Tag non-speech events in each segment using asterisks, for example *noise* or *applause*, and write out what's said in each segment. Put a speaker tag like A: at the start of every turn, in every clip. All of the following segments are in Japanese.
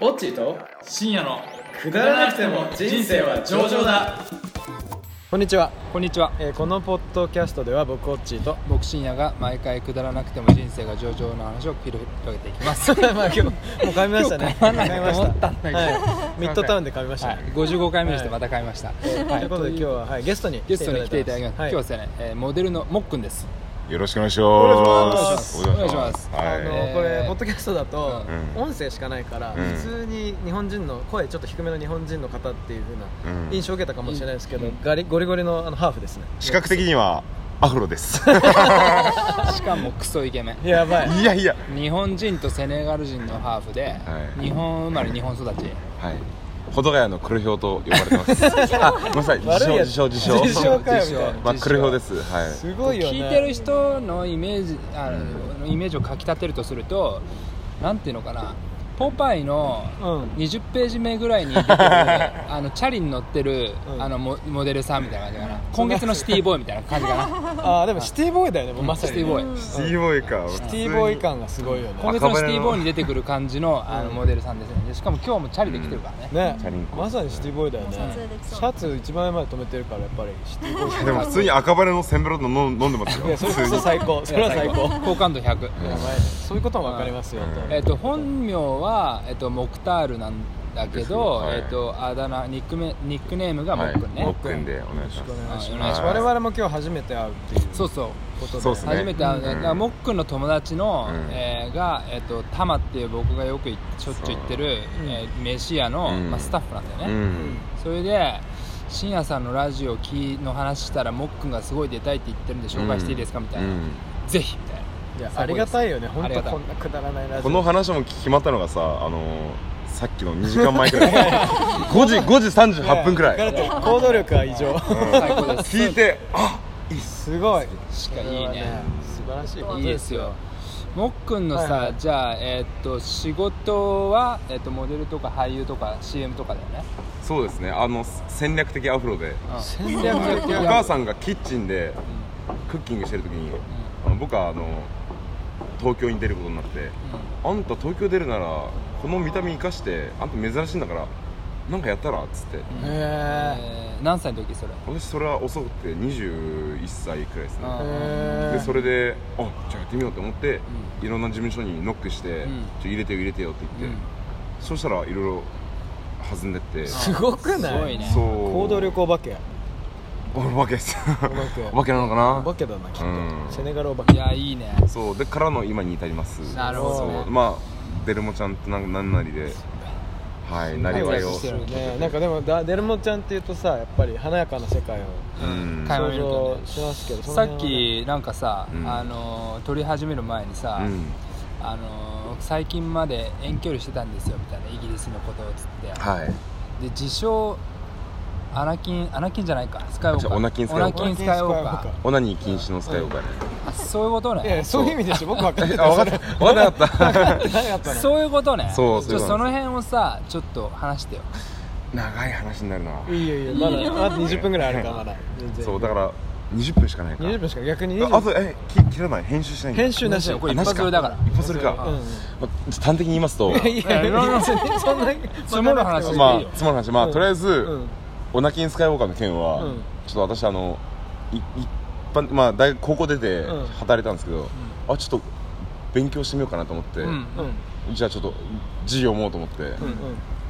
A: オッチーと
B: 深夜の
A: くだらなくても人生は上々だこんにちは、
B: こんにちは
A: えーこのポッドキャストでは僕オッチーと
B: 僕深夜が毎回くだらなくても人生が上々の話を繰り広げてい *laughs* きます
A: まあ今日もう噛みましたね
B: 今日噛まないと思ったんだけど
A: はい、ミッドタウンで噛みました
B: はい
A: ね、、
B: 55回目にして
A: は
B: ま
A: い
B: た買いました、
A: と
B: はいいう
A: ことで今日は、はい、ゲストに
B: ゲストに来ていただきました、
A: はい、
B: 今日はですね、えーモデルのもっくんです
C: よろしくお願いします。
B: お願いします
C: お願いし
A: あの
C: まは
B: えー
A: これポッドキャストだと、
C: うん
A: 音声しかないから、
C: うん
A: 普通に日本人の声ちょっと低めの日本人の方っていう風な
C: うん
A: 印象を受けたかもしれないですけど、
B: うん
A: ガリゴリゴリのあのハーフですね
C: い。視覚的にはアフロです。 *laughs*
B: しかもクソイケメン
A: やばい
C: いやいや。
B: 日本人とセネガル人のハーフで、
C: はい
B: 日本生まれ日本育ち
C: はい。保土ヶ谷の黒ひょうと呼ばれてます。あ、ごめんなさい。自
A: 悪い
C: 称
A: やつ
C: 自称自称。
A: 自称かよみたい
C: ま
A: な
C: あ黒ひょうです。はい。
A: すごいよね
B: 聞いてる人のイメージあのイメージをかきたてるとするとなんていうのかなポパイの
A: うん
B: 20ページ目ぐらいに出て
A: *laughs*
B: る、あのチャリに乗ってる、
A: うん
B: あのモモデルさんみたいな感じかな今月のシティボーイみたいな感じかな
A: あーでもシティボーイだよねもう *laughs* まさ
B: シ
A: に
B: ティボーイ
C: シティボーイか。
A: シティボーイ。感がすごいよね
B: 今月のシティボーイに出てくる感じのあのモデルさんですよねでしかも今日もチャリで来てるからね、
A: ね
C: チャリンコ
A: まさにシティボーイだよね
D: 撮影できそう
A: シャツ一枚前で止めてるからやっぱりシティボーイ
C: でも普通に赤羽のセンベロの飲んでますよ。
A: いやそれこそ最高それは最高や
B: 好感度100、
A: ばいそういうことも分かりますよ
C: うん
B: えっと本名は、えっとモクタールなんだけど、
C: ですねはい
B: えっとあだ名ニックメニックネームがモ
C: はい
B: ックンね、
C: もっくんでお願いし
A: とお
C: ま
A: 願いし
B: お願
A: ま
B: い
A: す
B: します
A: 我々も今日初めて会うっていう
B: そうそう
A: ことで
C: そうっすね
B: 初めて会うね、
C: うん
B: だからもっくんの友達の、
C: うん
B: えーが、えー、とタマっていう僕がよくいしょっちゅう行ってる、えー飯屋の、
C: うん
B: まあ、スタッフなんだ
C: す。
B: よ
C: う
B: ね、
C: ん。
B: それで深夜さんのラジオきの話したらもっくんがすごい出たいって言ってるんで紹介していいですかみたいな、
C: うん
B: ぜひみたいない
A: やありがたいよね本
B: あり
A: 当
B: がたい
A: こんなくだらないラジ
C: こ
A: オ
C: の話も決まったのがさ、あのさっきの2時間前くらい。5時5時38分くらい。
A: いや行かれてる行動力は異常
B: 最高です
C: 聞いて、あ、
A: すごい
B: しか
A: これ
B: いい
A: は
B: ね
A: 素晴らしいこと
B: いいですよもっくんのさ、
A: はいはい
B: じゃあ、えー、と仕事は、えー、とモデルとか俳優とか CM とかだよね
C: そうですね。あの戦略的アフロで。
A: 戦
C: お
A: 略的な
C: 母さんがキッチンでクッキングしてる時に、あの僕はあの東京に出ることになって、あんた東京出るならこの見た目生かしてあんた珍しいんだからなんかやったらっつって、
A: へ
B: えー何歳の時それ
C: 私それは遅くて21歳くらいですね、
B: あ
A: ー
C: で
A: へ
C: それであじゃあやってみようと思って、いろんな事務所にノックして、
B: うん
C: ちょ入れてよ入れてよって言って、
B: うん
C: そうしたらいろいろ弾んでって、
A: すごくない
B: すごいね
C: そう
A: 行動力お化け
C: *laughs* お化けです
A: け
C: お化けなのかな
A: お化けだなきっ
C: うん
A: とセネガルお化け
B: いやいいね
C: そうでからの今に至ります
B: なるほどね
C: そうまあデルモちゃんとなんなんなりではいなりわいを
B: 活躍してる
A: ねなんかでもだデルモちゃんっていうとさやっぱり華やかな世界を
C: うん
B: 会話
A: 想
B: 見ると
A: 像しますけどその
B: さ
A: 辺
B: っ
A: は
B: きなんかさ、
C: うん
B: あのー撮り始める前にさ、
C: うん
B: あのー最近まで遠距離してたんですよみたいなイギリスのことをつって、
C: はい
B: で自称アナキンアナキンじゃないかスカイウォーカ
C: 違
B: ー
C: うオナキンスカイウォーカー
B: オナキンスカイウォーカ
C: オナニー禁止のスカイオーバーね
B: ーあそういうこと
A: いやい
B: ね
A: やそういう意味でしょ僕分かってた *laughs*
C: あ
A: よ
C: 分か *laughs* った分かんなかった
A: それなかったね
B: そういうことね
C: そうそう
B: ち
C: いうこと
B: ょその辺をさちょっと話してよ
C: 長い話になるない
A: いよいいよまだまだ20分ぐらいあるからまだ全然
C: そうだから20分しかないから
A: 20分しか逆に
C: あ
A: 20
C: あ
A: 分
C: とえき切らない編集しないんだ
A: 編集なし
B: これ
C: あ
B: 一
C: なし
B: 発撮りだから
C: 一発撮りか、
A: うん
C: まあ、端的に言いますと
A: *laughs* いやいや別にそんな
B: 積もる話
A: ま
C: まあつまらない話まあ、とりあえず、
A: あうん
C: オナキンスカイウォーカーの件は、
A: うん
C: ちょっと私あのい一般まあ大学高校出て
A: うん
C: 働いたんですけど、あちょっと勉強してみようかなと思って、
B: うん
A: うん
C: じゃあちょっと字読もうと思って、
A: う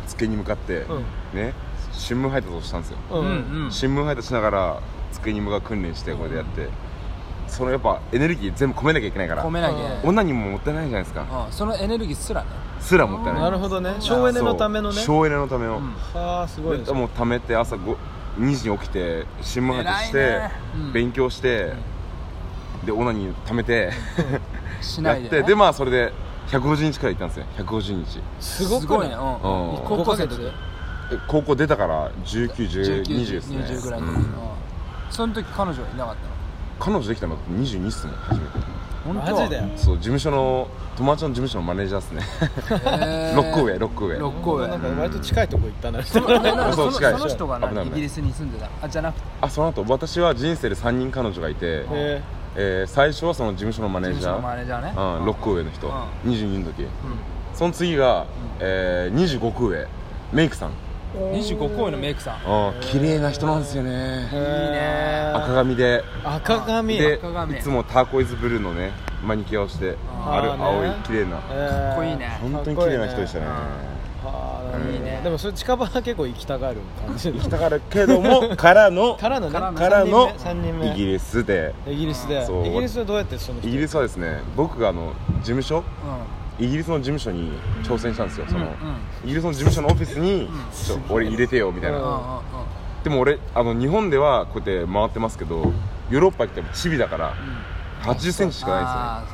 C: 机に向かって、
A: ん
C: ね新聞配達をしたんですよ、
A: んうん
B: うん
A: うん
B: うん
C: 新聞配達しながら机に向かう訓練してこれでやって、そのやっぱエネルギー全部込めなきゃいけないから
B: 込めなきゃいけない
C: 女にももったいないじゃないですか、
B: うんそのエネルギーすらね
C: すらもったいない
A: なるほどね省エネのためのね
C: そう省エネのための、
B: うん
A: ああすごいです
C: でもう貯めて朝ご2時に起きて新聞配達して、
B: 偉いねうん
C: 勉強して、でオナニー貯めて、
B: し *laughs*
C: や
B: な
C: っ
B: いで
C: て
B: ね
C: でまあそれで150日くらい行ったんですね150日
A: す
B: すごいね、うん、
C: うん
B: 高校生の時
C: え高校出たから191020ですね
B: 19ぐらいの
C: う
B: 時、
C: ん
B: うんその時彼女はいなかった
C: 彼女できたの22っすね初めて
B: の
A: マジだよ
C: そう事務所の友達の事務所のマネージャーっすね
B: 6
C: 6個上6個上
B: 六個上
A: なんか割と近いとこ行ったな
B: そのその
C: そう近い
B: その人が
C: 危
B: な
C: な
B: イ
C: い危ない
B: ギリスに住んでたのあじゃなくて
C: あその後私は人生で3人彼女がいて、
A: え
C: えー最初はその事務所のマ
B: 事
C: ネ
B: 務
C: ージ
B: 所
C: ャ
B: の
C: ー
B: マネージャーね
C: うん、6個上の人、
B: うん
C: 22の時、その次が、えー、25区上メイクさん
B: 25公演のメイクさん
C: あー綺麗な人なんですよね
A: ね
C: 赤髪で
A: 赤髪
C: で
B: 赤髪
C: いつもターコイズブルーのねマニキュアをしてある
A: あーね
C: 青い綺麗な
A: か
B: っこいいね
C: 本当に綺麗な人でしたね
A: かっはあ
C: うん
A: いいねでもそれ近場は結構行きたがる感じ
C: だからけどもからの
A: からのね
B: からの
C: からの
A: 3人目
C: イギリスで
A: イギリスで
C: そう
A: イギリスはどうやってその人
C: イギリスはですね僕があの事務所
B: う
C: イギリスの事務所に挑戦したんですよその、
B: んうんうん
C: イギリスの事務所のオフィスに「ちょ俺入れてよ」みたいな、
A: うん
B: う
C: でも俺あの日本ではこうやって回ってますけどヨーロッパ行ってもチビだから
B: んうん
C: 8 0ンチしかない
B: あ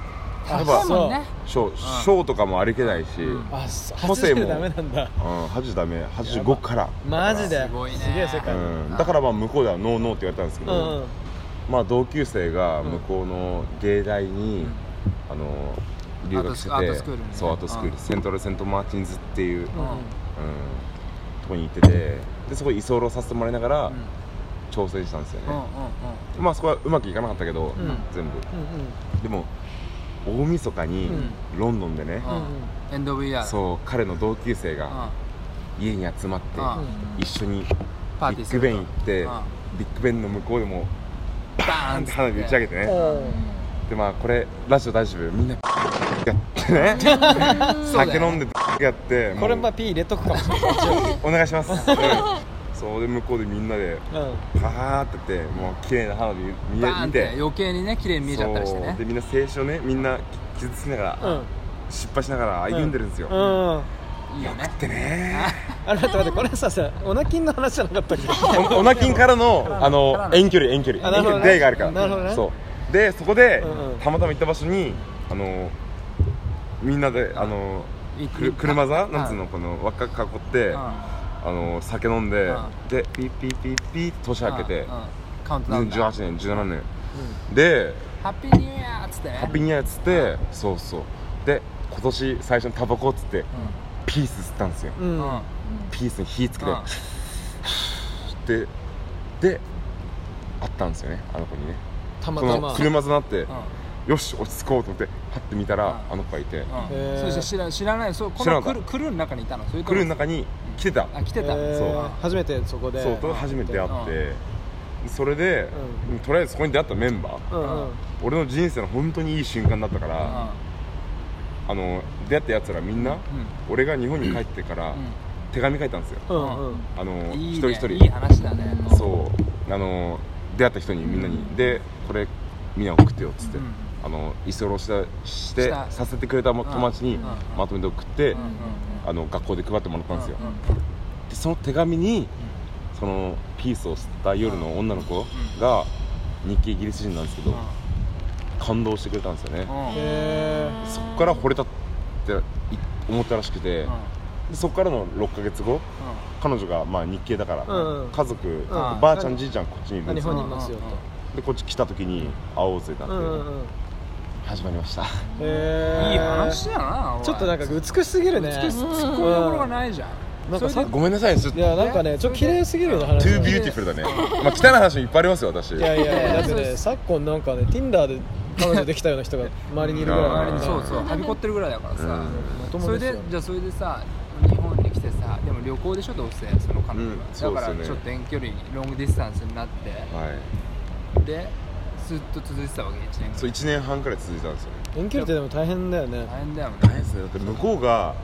B: ー
C: 例えば
B: そうもんね
C: ですねショーショーとかも歩けないし、うん
B: ん
A: あそ
C: 個性も
A: 80ダメなんだ
C: 80ダメ85から、
A: マジです
B: ごいね
A: すげえ世
C: う
A: 界
C: ん、だからまあ向こうではノーノーって言われたんですけ
A: う
C: ど、
A: んうん
C: まあ同級生が向こうの芸大に、あの留学してて
B: アートスクールね
C: そうアートスクール、
B: うん
C: セントラル・セント・マーチンズっていう、うん、と
B: うん
C: こに行っててでそこに居候させてもらいながら
B: うん
C: 挑戦したんですよ
B: うんうん
C: ね、まあそこはうまくいかなかったけど、
A: ん
C: 全部
A: うん
C: でも大晦日にロンドンでね、
A: うんうん
B: うんエンドオブイヤー
C: そう彼の同級生
B: うん
C: が家に集まって、
B: うん
C: 一緒にビ
B: パーティー
C: ッ
B: す
C: グ
B: る
C: ベン行って、
B: うん
C: ビッグベンの向こうでも
B: バー
C: パ
B: ン
C: ンって花火打ち上げてね、
A: うん
C: でまあこれラジオ大丈夫みんな *laughs* やっ
B: *laughs*
C: てね酒飲ん
B: で
C: で *laughs* やって
A: これ
C: も
A: ま
C: う
A: あピー入れとくかもしれない
C: お願い
B: *laughs*
C: しますうんそうで向こうでみんなでパーってやってもう綺麗な花火見え
B: バーンっ
C: 見
B: て
C: て
B: 余計にね綺麗に見えちゃったりして
C: そう
B: ね
C: でみんな青春をねみんな傷つきながら、
A: うん
C: 失敗しながら歩んでるんですよ、
A: うんうん
B: いいよね
C: でね
A: あれ待って待ってこれささオナキンの話じゃなかったっけ
C: *laughs* おおなきんからのあの遠距離遠距離
A: あな
C: 遠
A: る
C: 距
A: ほどね
C: 離出会いがあるから
A: なるほどね
C: そうでそこで、
A: うんうん
C: たまたま行った場所にあのみんなであの
B: い
C: くる車座なんつう
B: う
C: の
B: ん
C: この輪っか囲って、
B: うん
C: あの酒飲んで、
B: うん
C: でピーピーピーピーって年明け
B: うん
C: て
B: うんカウントダウンだ
C: 2018年17年、で
B: ハッピーニューイヤーっつってね
C: ハッピーニューイヤーっつって、そうそうで今年最初にタバコっつって、ピース吸ったんですよ、
A: うん
B: うんうん
C: ピースに火つけて、
B: うん
C: でで会ったんですよねあの子にね
A: たま
C: こ
A: た
C: の
A: ま
C: 車座になって、
B: うん
C: よし落ち着こうと思ってパッて見たら、
B: うん
C: あの子がいて、
B: う
A: へ
B: ん
A: ー
B: そうして知ら知らないそうこ
C: 知らな
B: の
C: かっ
B: ク
C: た
B: ルクルーの中にいたのそれと
C: 来
B: も
C: る中に来てた、
B: あ来てた
A: えー
C: そう
A: 初めてそこで
C: そうと初めて出会って、それで、とりあえずそこに出会ったメンバー
A: うんうん
C: 俺の人生の本当にいい瞬間だったから、あの出会ったやつらみんな、俺が日本に帰ってから、手紙書いたんですよ、
A: うんうん
C: あの
B: うんいいね
C: 一人一人
B: いい話だね
C: そうあの出会った人にみんなに、でこれみんな送ってよっつって、
B: うん
C: あの居候したして
B: した
C: させてくれたも
B: うん
C: 友達に
B: うん
C: まとめて送って、
B: うんうん
C: あの学校で配ってもらったんですよ、
B: う
C: でその手紙にそのピースを吸った夜の女の子が日系イギリス人なんですけど、感動してくれたんですよね、
B: うんうん
A: へ
C: そこから惚れたってい思ったらしくて、
B: うん
C: でそこからの6ヶ月後
B: うん
C: 彼女がまあ日系だから、
A: うんうん
C: 家族、
B: ん
C: ばあちゃんじいちゃんこっちにいるん
A: ー
C: で
A: 日
C: すよ
A: 本にいますよ
C: でこっち来た時に会おうぜだっ
A: と
C: て、
A: うんうんうん
C: 始まりました
A: へえ
B: いい話だなおい
A: ちょっとなんか美しすぎるね
B: 美しすぎる突っ込みどころがないじゃん
A: なんか
B: それ
A: さ
B: で
C: *laughs* ごめんなさいねちょっ
A: い
C: と
A: やなんかねちょっと綺麗すぎるよね話
C: too beautiful だねまあ汚い話もいっぱいありますよ私
A: いやいやだっ
B: そ
A: て
B: うで
A: ね昨今なんかね Tinder で彼女できたような人が周りにいるぐらい
C: 周りに
B: そうそう
A: ま
B: はびこってるぐらいだからさ
A: と
B: そ
A: も
B: れ
A: です
B: で
A: よ
B: じゃあそれでさ日本に来てさでも旅行でしょどうせその彼女が、
C: うんそうっ
B: だ
C: すね
B: からちょっと遠距離ロングディスタンスになって
C: はい
B: でずっと続いてたわけ1年
C: そう1年半くらい続いたんですよね
A: 遠距離ってでも大変だよね
B: 大変だよね
C: 大変ですねだって向こうが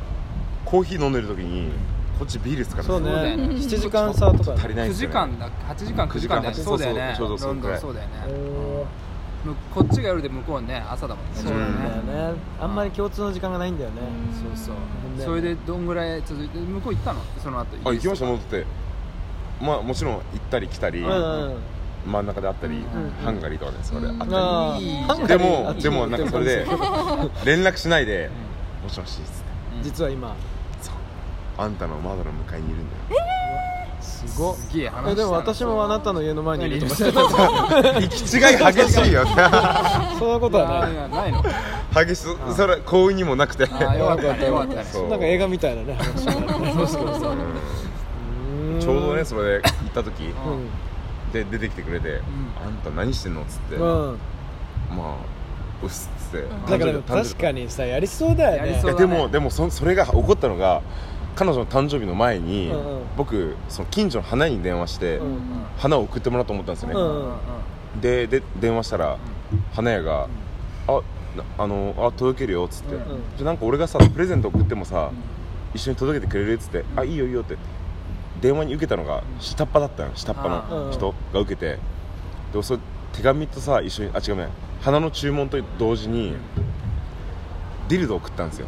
C: コーヒー飲んでる時にこっちビールっすから
A: そう
B: そうだ
A: ね
B: よね
A: 7時間差とか
C: 足りない
B: 9
C: です
B: 時
C: よ、ね、
B: 間だ8時間9時間だよね
C: 9時間
B: そうだよね
C: そうそうちょうどそ
B: ロ
C: ん
B: ン
C: く
B: ド
C: らい
B: ンそうだよね
A: へー
B: むこっちが夜で向こうね朝だもんね
A: そうなんだよねあんまり共通の時間がないんだよね
B: そうそう
A: 変だよね
B: それでどんぐらい続いて向こう行ったのその後
C: あ行きました
B: も
C: 戻ってまあもちろん行ったり来たり、
A: うんうん
C: 真ん中であったり、
A: ん
C: ハンガリーとかねそれあったり、
A: あ
B: いい
A: ー
C: でも
A: ハンガリー
C: でもなんかそれで連絡しないで「もしもし」っつって
A: *laughs* 実は今
C: 「あんたの窓の向かいにいるんだよ
A: すごっ
B: すげえ話した
A: えでも私もあなたの家の前にいるとかしてた
C: 行き違い激しい
A: *laughs*
C: よ
A: そんなことは
B: *laughs*
A: ない
B: やないの
C: 激しそそれ幸運にもなくて
B: あーよかったねよかったね
C: そう
A: なんか映画みたいなね話になるね
C: うんちょうどねそれで行った時
A: う
C: で出てきてくれて「あんた何してんの?」っつって
A: んうん
C: まあうっすっつって
A: だから
C: 誕生日誕生
A: 確
C: 日
A: かにさやりそうだよ
B: やり
A: ね
B: そ
C: いうや
B: だ
C: で
B: ね
C: もでもそそれが起こったのが彼女の誕生日の前に、
A: うんうん
C: 僕その近所の花屋に電話して、
A: うんうん
C: 花を送ってもらおうと思ったんですよね、
A: うん
C: でで電話したら、花屋が「あなあのあ届けるよ」っつって、
B: うん
A: うん
C: じゃあなんか俺がさプレゼント送ってもさ、一緒に届けてくれるっつって「あいいよいいよ」って電話に受けたのが下っ端だったの下っ端
A: あー
C: の人が受けてでそれ手紙とさ一緒にあ違うごめん花の注文と同時にディルド送ったんですよ、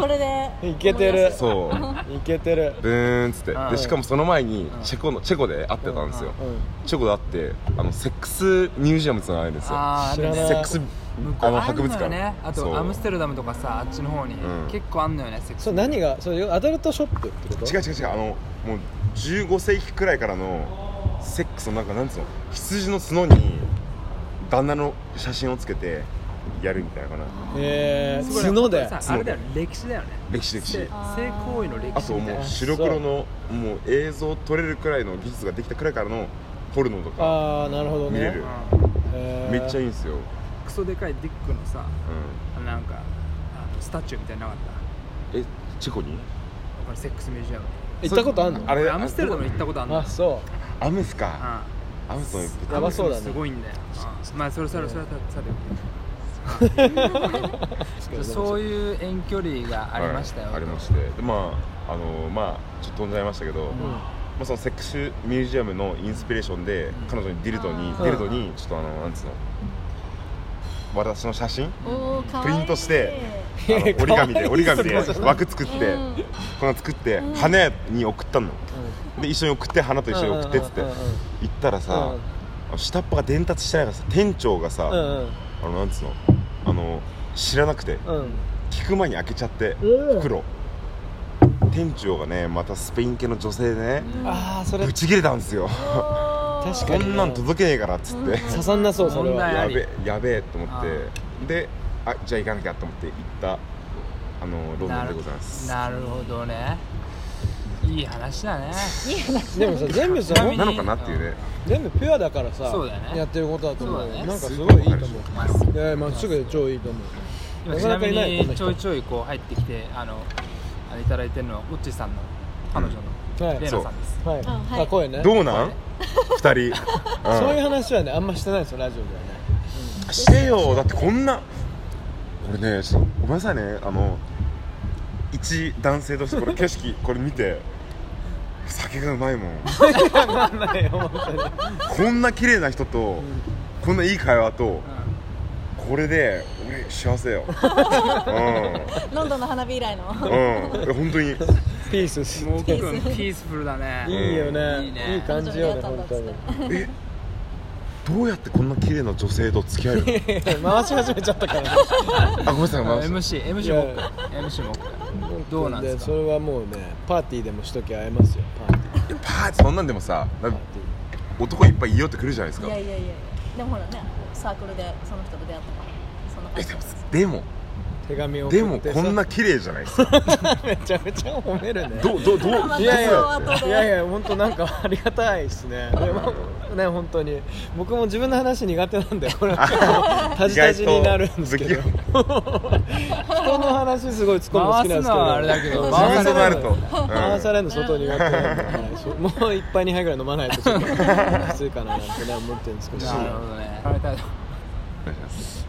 D: これで
A: いけてる
C: そう
A: いけてる
C: ブーンっつって
B: うん
C: でしかもその前に
B: うん
C: チェコのチェコで会ってたんですよ
A: う
C: チェコで会ってあのセックスミュージアムっていうのがあるんですよ
B: あーあ
A: 知
B: る
A: ら
B: ね
A: ない
C: セックス
B: 向こう
C: あの博物
B: あんのよ
C: 館
B: ねあ
C: そう
B: とアムステルダムとかさあっちの方に
C: うん
B: 結構あんのよねセックス
A: それ何がそれアダルトショップってこと
C: 違う違う違うあのもう15世紀くらいからのセックスのなんかなんつうの羊の角に旦那の写真をつけてやるみたいなかな
A: え
B: すごいね
A: ー角で
B: これさあ
C: 角
B: れ
C: で
B: だよね歴史だよね
C: 歴史歴史
B: せ性行為の歴
C: あ
B: 史
C: と
B: みたい
C: も
B: な
C: う白黒のもう映像撮れるくらいの技術ができたくらいからのポルノとか
A: ああなるほどね
C: 見れる
A: えー
C: めっちゃいいんですよ、
B: クソでかいディックのさ
C: う
B: なんかあのスタチューみたいなのなかった
C: ん、えチェコに
B: これセックスミュージアム
A: 行ったことあんの
C: あれ
B: 俺アムステルダム行ったことあんの
A: あそ
C: アムス
B: うん
C: かアムスの
A: やばそうだね
B: すごいんだようんまあそれそれそれさ
A: う
B: てそういう遠距離がありましたよ、
C: はい、ありましてでまああのまあちょっと飛んじゃいましたけど、まあ、そのセックスミュージアムのインスピレーションで、彼女にディルドに
D: あ
C: デ
D: ー
C: ィルドにちょっとあのなんつうの私の写真あ
D: おーかわいい
C: プリントして
A: い
C: の
A: や
C: 折り紙で
A: 可愛い
C: 折り紙で
A: それ
C: 枠作って、
D: うん
C: こんな作って、花屋に送ったの、で一緒に送って花と一緒に送ってっつって
A: うんうんうんうん
C: 行ったらさ、あの下っ端が伝達してないからさ店長がさ、
A: うんうん
C: あのなんつうのあの知らなくて、
A: うん
C: 聞く前に開けちゃって
A: うん
C: 袋店長がねまたスペイン系の女性でね
A: ああそれ
C: ぶち切れたんですよ *laughs*
A: 確
C: こ
A: かに
C: んなん届けねえからっつって
A: 刺さんなそうそれ
B: 問題
A: は
B: あ
C: や
B: り
C: べやべえと思っ
B: あ
C: てであじゃあ行かなきゃと思って行ったあのロンドンでございます
B: なるほどねいい話だね
A: でもさ全部さ
B: ちなみに
C: なのかなっていうね
A: 全部ピュアだからさ
B: そうだよね
A: やってることだと思う
B: そうだ
A: な
B: ね
A: んかすごいいいと思う
B: まあ
A: いやいやまっすぐで超いいと思う
B: 今
A: な
B: ち
A: か
B: な
A: なか
B: み
A: いないこんな
B: にち
A: 人
B: ょいちょいこう入ってきてあのあれいただいてるのはオッチさんの彼女の
A: は
B: レナ
A: い
B: さんです
A: はい
D: あはい
A: かっこいいね
C: どうなん2
A: *laughs*
C: 人
A: そういう
C: う
A: 話はねあんましてないですよラジオではね
C: んしてよだってこんなこれねちょっとごめんなさいねあの一男性としてこれ景色これ見て酒がうまいもん
A: 分かんないよ本当に
C: こんな綺麗な人と、こんないい会話と、これで俺幸せ *laughs* よう
D: ロンドンの花火以来の
C: んうんえ本当に
A: ピースし
B: もう
A: て
B: くんピースフルだ
A: い
B: ね
A: いよね
B: いいね
A: いい感じよね
D: 彼女
A: 本
D: に
A: 当
D: 出会っ
A: に
C: えどうやってこんな綺麗な女性と付き合えるの *laughs*
A: 回し始めちゃったからね
C: あごめんなさいごめんなさい
B: MC MC もっか MC もっかどうなんですか
A: それはもうねパーティーでもしときゃ会えますよパーティー
C: いやパーティーそんなんでもさ
A: パ
C: な
A: ーティー
C: 男いっぱいいようってくるじゃないですか
D: いやいやいやでもほらねサークルでその人と出会ったからそんな
C: え
D: 感じ
C: でもでも
A: 手紙を送
C: で
A: っ
C: も
A: て
C: こんな綺麗じゃないですか
A: さめちゃめちゃ褒めるね
C: どうどうどう
D: まあ
A: いやい
D: その
A: や
D: 後で
A: いやいや本当なんかありがたいですねでもね本当に僕も自分の話苦手なんでこれタジタジになるんですけ
C: 意
A: ど人
C: 外
A: の話すごい突っ込むの好きなんです
B: 回す
A: けど
B: のはあれだけど
A: そう
B: 回
C: 自分となると、
A: 回される
C: る
A: の外苦手なんで、はいそうもう一杯二杯ぐらい飲まないとちょっときついかななんてね思ってるんですけど
B: なるほどねあれだ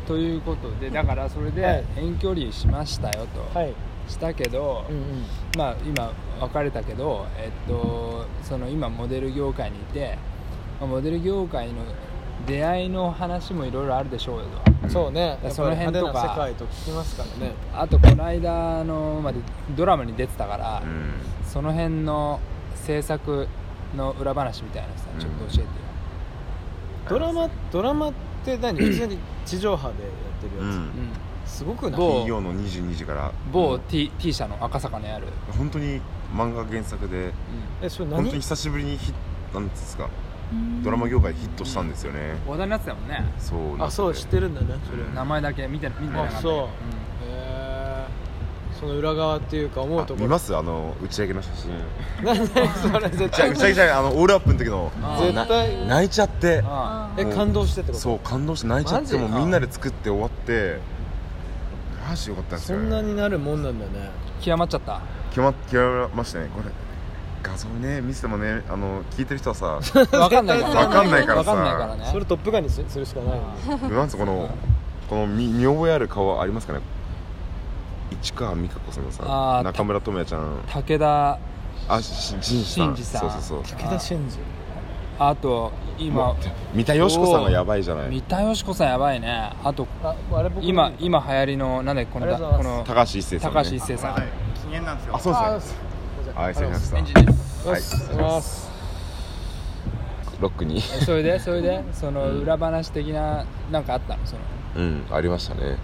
B: ということでだからそれ
A: は
B: で
A: い
B: 遠距離しましたよと、
A: はい
B: したけど、
A: うんうん
B: まあ今別れたけど、えっと、その今モデル業界にいてまあモデル業界の出会いの話もいろいろあるでしょうよと
A: そうね
B: うんその辺とか
A: やっぱり派手な世界と聞きますからね
B: あとこの間のまでドラマに出てたから、
C: うん
B: その辺の制作の裏話みたいなさちょっと教えてよ、
A: ドラマドラマって何普通に地上波でやってるや
C: う
A: つ、
C: ん
B: うん、
A: すごくない
B: 某
C: 金曜の22時から
B: 某 T, T 社の赤坂にある、
C: 本当に漫画原作で
A: えそれ
C: 本当に
A: 何
C: 久しぶりにヒなんですかドラマ業界でヒットしたんですよね、
B: 話題になってたもんね
C: そう
A: あそう知ってるんだねそれ
C: うん
B: 名前だけ見て見てなかった
A: あそう
B: うん
A: へえその裏側っていうか思うところ
C: 見ますあの打ち上げの写真
A: なんで *laughs* それ絶
C: じゃ
A: 対
C: うちゃじゃあのオールアップの時の
B: あ
A: 絶
C: な
A: 対
C: 泣いちゃって
B: あ
A: え感動してってこと
C: そう感動して泣いちゃっ
A: マ
C: て
A: ジ
C: もうみんなで作って終わってマジよかったんです
A: そ
C: よ
A: んなになるもんなんだね
B: 極まっちゃった
C: 決ま決まりましたねこれ画像ね見せてもねあの聞いてる人
A: *laughs*
C: はさ
B: わかんないから
C: わかんないからさ
B: わかんないからね
A: それトップガンにすするしかないよね
C: なんつうこのこの見見覚えある顔ありますかね市川美香子さんの
B: あ
C: さ
B: ー
C: 中村倫也ちゃん
B: 武田
C: あしし
B: 真
C: 仁
B: 二
C: 司
B: さ
C: さ
B: ん
C: んそうそうそう
A: 武田真治
B: あと今
C: 三田佳子さんがやばいじゃな
B: 三
C: い
B: 田佳子さんやばいねあと
A: ああれ僕
B: 今今流行りのなんだっけこの
A: ありがとうご
B: こ
A: ざい
B: の
C: 高橋一生さん、ね、
B: 高橋一生さん
E: 禁煙なんですよ
C: あそうですねはい失礼しました
E: エンジンです
A: は
C: はいい
A: 失礼します
C: ロックに
B: それでそれでその裏話的ななんかあったのその
C: うんありましたね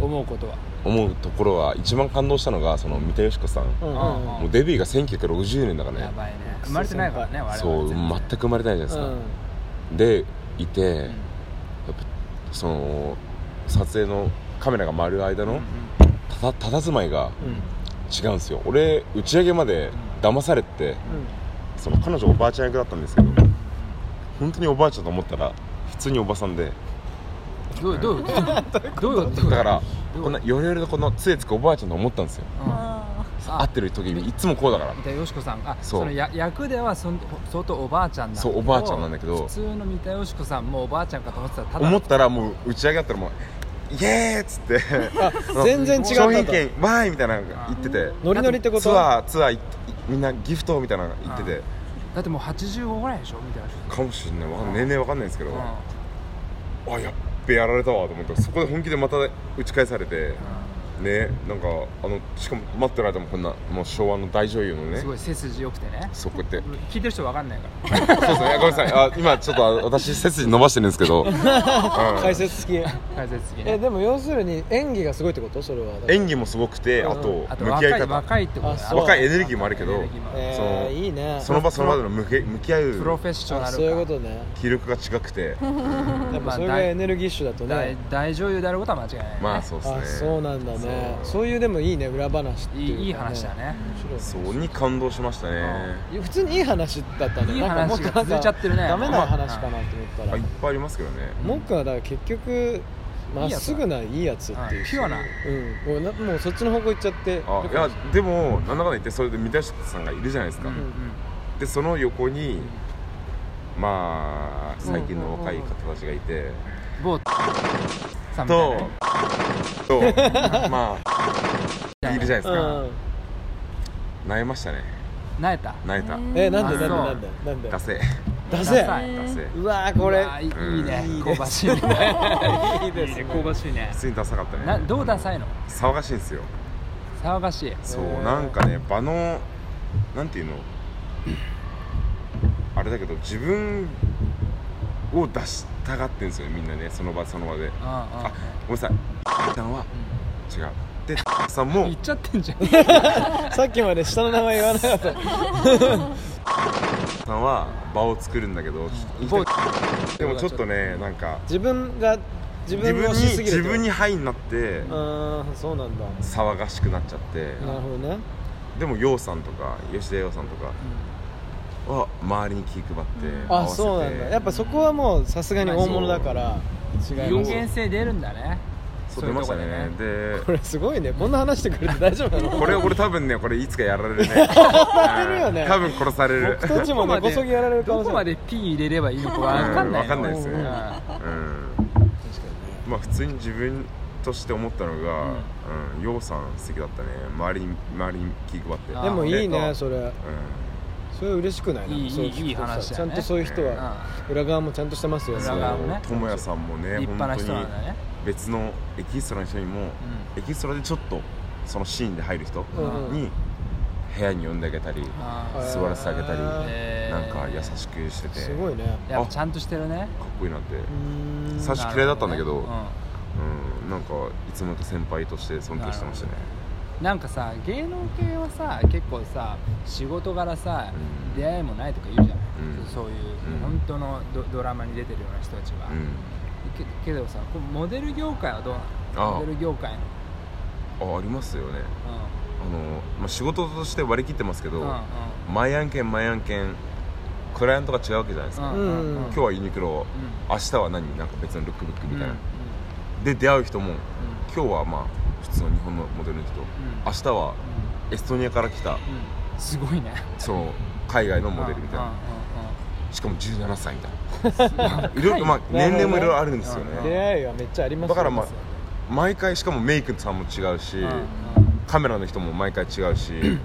B: 思うことは
C: 思うところは一番感動したのがその三田佳子さん、
A: うんうん
B: あ
C: もうデビューが1960年だから
B: や
C: ね
B: ばいね生まれてないからね我々
C: そう全
B: 全
C: く生まれてないじゃないです
A: う
C: か、
A: ん
C: でいて、やっ
B: 然
C: ぱその撮影のカメラが回る間のたたたたずまいが違うんですよ俺打ち上げまで騙されてその彼女おばあちゃん役だったんですけど本当におばあちゃんと思ったら普通におばさんで
B: どうどういうことどういうこと
C: だからこんなよれよれのこの杖つくおばあちゃんと思ったんですよ
D: あ
C: 会ってる時にいつもこうだから
B: 三田佳子さんあ
C: そう
B: そのや役ではそん相当おばあちゃんなんだけど
C: そうおばあちゃんなんだけど
B: 普通の三田佳子さんもおばあちゃんかと思ってたらただ
C: 思ったらもう打ち上げあったらもう「イエーイ!」っつって
A: あ全然違った
C: 商
A: んだ
C: 品券「わーい!」みたいなのが言ってて
A: ノリノリってこと
C: ツアーツアーいみんなギフトみたいなの言ってて
B: だってもう85ぐらいでしょみたいな
C: かもしれないわかん年齢わかんないですけど
B: うん
C: あやっべやられたわと思ってそこで本気でまた打ち返されてねなんかあのしかも待ってる間もこんなもう昭和の大女優のね
B: すごい背筋良くてね
C: そこって
B: 聞いてる人わかんないから
C: そうですねいやごめんなさいあ今ちょっとあ私背筋伸ばしてるんですけど、うん
A: *laughs* 解説付き
B: 解説的に
A: え
B: ね
A: でも要するに演技がすごいってことそれは
C: 演技もすごくて
A: うん
C: あと
B: あと
C: 向
B: 若
C: き合
B: い
C: い方
B: 若いってこと
A: あ
B: ね
A: そう
C: 若いエネルギーもあるけ
B: エ
C: ど
B: ネルギーもある
A: え
C: その
A: ーいいね
C: その場その場での向け向き合
B: プロ
C: う
B: フェッショナル
A: あ
B: か
A: そういうことね
C: 気力が違くて
A: やっぱそ
B: ま
A: れ
B: あ
A: が
B: 大
A: エネルギッシュだと
B: 大
A: ね
B: 大女優であることは間違いないね
C: まあそうで
A: あ
C: す
A: そう
C: ね
A: なんだねそういうでもいいね裏話って
B: い
A: いうか
B: いいい話だね
A: 面白い
C: そうに感動しましたね
A: いや普通にいい話だったね
B: いい
A: なんか
B: 話
A: もっとなんか
B: が続いちゃってるね
A: ダメな話かなと思った
C: あ
A: ら
C: いっぱいありますけどね
A: モックはだから結局まっすぐないいやつっていう
B: ピュアな
A: うんもうなもうそっちの方向行っちゃって
C: あいやでもなんだかんだ言ってそれで三田下さんがいるじゃないですか、
B: うんうん
C: でその横にまあ最近の若い方たちがいて、
B: 某さんみたい
C: と
B: なね
C: とまあいるじゃないです
A: う
C: か、
A: ん
C: 泣いましたね
B: なえた
C: 泣いた
A: えなんで
B: あそう
A: なんでなんでなんで
C: ダセ
A: ダ
B: ダ
A: セ
B: サい
C: ダセ
A: うわーこれ
B: うわいい
C: うん
B: いいね
A: いいね
B: 香ばしいねいいですね香ばしいね
C: 普通にダサかったね
B: などうダサいの
C: 騒がしいんですよ
B: 騒がしい
C: そう、
A: へー
C: なんかね場のなんていうのあれだけど自分を出したがってんですよねみんなねその場その場で
B: うんうん
C: あごめんなさいさんは違うでさんも
B: 言っちゃってんじゃん
A: さっきまで下の名前言わなかった
C: さんは場を作るんだけどちょっとでもちょっとねなんか
A: 自分が自
C: 自
A: 分
C: 分
A: を
C: に
A: しすぎるって
C: 自
A: こと
C: 分にハイになって
A: うんそうなんだ
C: 騒がしくなっちゃって
A: なるほどね
C: でもようさんとか吉田ようさんとかは周りに気配って合
A: あ
C: わせて
A: そうなんだやっぱそこはもうさすがに大物だから違い
B: 人
A: ます
B: 間性出るんだね
C: そう出ましたね
B: そういうとこ
C: で
A: これすごいねこんな話してくれて大丈夫なの
C: *laughs* これ俺多分ねこれいつかやられるね
A: れるよね
C: 多分殺される
A: 僕たちも根こそぎやられるか
B: ど
A: もし
B: こ
A: れな
B: ま
A: い
B: で P 入れればいいのかわかんない
C: わかんないです
A: ね
B: うん
C: うんまあ普通に自分として思ったのがうんようさん素敵だったね周りに周りに気配って
B: あ
A: でもいい
C: で
A: ねそれそれ嬉しくないない
B: い
A: そう聞くと
B: いい話だ
A: ちゃ
B: よ
A: ん
B: ね
A: とそういう人
B: うん
A: は裏側もちゃんとしてますよ
B: 裏
A: そ
C: うん
A: う
B: 側もね
C: そう友也さんもね
B: 立
C: 本
B: 派な
C: 当
B: 人
C: に
B: なんだね
C: 別のエキストラの人にもエキストラでちょっとそのシーンで入る人
A: うんうん
C: に部屋に呼んであげたり
B: あ
C: 座らせてあげたり
A: へ
B: ー
C: なんか優しくしてて
A: す
C: か
A: ごいね
B: ーやっぱちゃんとしてるね
C: っこいいなって
A: うーん
C: 最初嫌いだったんだけど
B: なるほね
C: うんなんかいつもと先輩として尊敬してましたね
B: うんなんかさ芸能系はさ結構さ仕事柄さ
C: うん
B: 出会いもないとか言うじゃない
C: うん
B: そういう
C: うん
B: 本当のドドラマに出てるような人たちは
C: うん
B: けけどさこうモデル業界はどうなの
C: ああ
B: モデル業界の
C: あありますよねあの、まあ、仕事として割り切ってますけど、
B: うんうん
C: 毎案件毎案件クライアントが違うわけじゃないですか、
B: うんうんうん
C: 今日はユニクロ、
B: う
C: 明日は何なんか別のルックブックみたいな、
B: うん
C: で出会う人も今日はまあ普通の日本のモデルの人、明日はエストニアから来た
B: うんうんすごいね
C: その海外のモデルみたいなしかも17歳みたい *laughs* ないろ
B: *laughs*
C: いろまあ年齢もいろいろあるんですよ
B: うん
A: 出
C: ね
A: 会いはめっちゃあります
C: だからまあ毎回しかもメイクさんも違うし
B: うんうん
C: カメラの人も毎回違うし
B: うん
A: そうね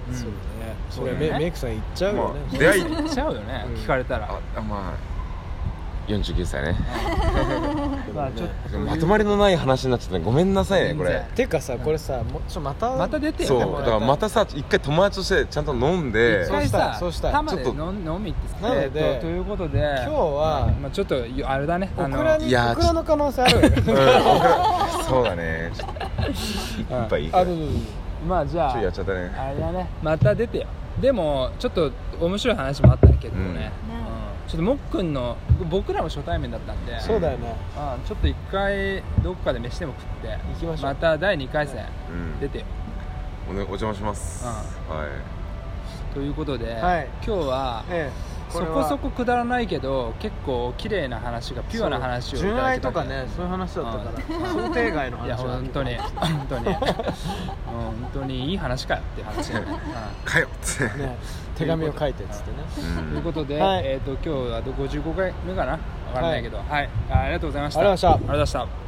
A: そ
B: そう
A: れ
B: だ
A: メ
B: ね
A: メイクさん行っちゃうよ
C: ま
A: ね、
C: あ出会い
B: 言っちゃうよね
A: うん
B: 聞かれたら
C: ああまあ49歳ね
B: まあちょっと
C: まとまりのない話になっちゃったねごめんなさいね
B: 全然
C: これ
A: てかさこれさもうちょまた
B: また出てよ
C: そう
B: で
C: だ
B: も
C: からまたさ一回友達としてちゃんと飲ん *laughs* で
B: 一
A: そう
B: 回さ
A: そうしたい
B: たまで
C: ちょっと
B: 飲み飲みって
A: なので
B: えっとということで
A: 今日は
B: まあちょっとあれだね
A: オ
B: あ
A: ク
B: の
A: ラ
C: い
A: に
C: や
A: オクラの可能性あるよね
C: *laughs* うんそうだねちょっと一杯いいか
A: あ
C: ら
A: る
C: ちょ
B: まあじゃ
C: っ
B: あ
C: とやっちゃったね
B: あれだねまた出てよでもちょっと面白い話もあったね結構ね,、
C: うん
B: うん
C: ね
B: ちょっともっくんの僕らも初対面だったんで
A: そうだよね
B: うんちょっと一回どっかで飯でも食って
A: 行きましょう
B: た第2回戦
C: うん
B: 出てよ、
C: お,、ね、お邪魔します、
B: うん
C: はい
B: ということで、
A: はい
B: 今日は
A: ええ
B: そ
A: れ
B: こ
A: は
B: そこくだらないけど結構綺麗な話がピュアな話をいた
A: そう純
B: だ
A: 愛
B: けた
A: と
B: んで
A: かねそういう話だったから想定外の話
B: いや本当に本当にうん本当にいい話かよって話だね、うん
C: かよっつ
A: *laughs*
C: って、
A: ね手紙を書いてっつってね
C: うん
B: ということで、
A: はい
B: えっ、と今日は55回目かな、わからないけど、はい、あありがとうございました。
A: ありがとうございました
B: ありがとうございました。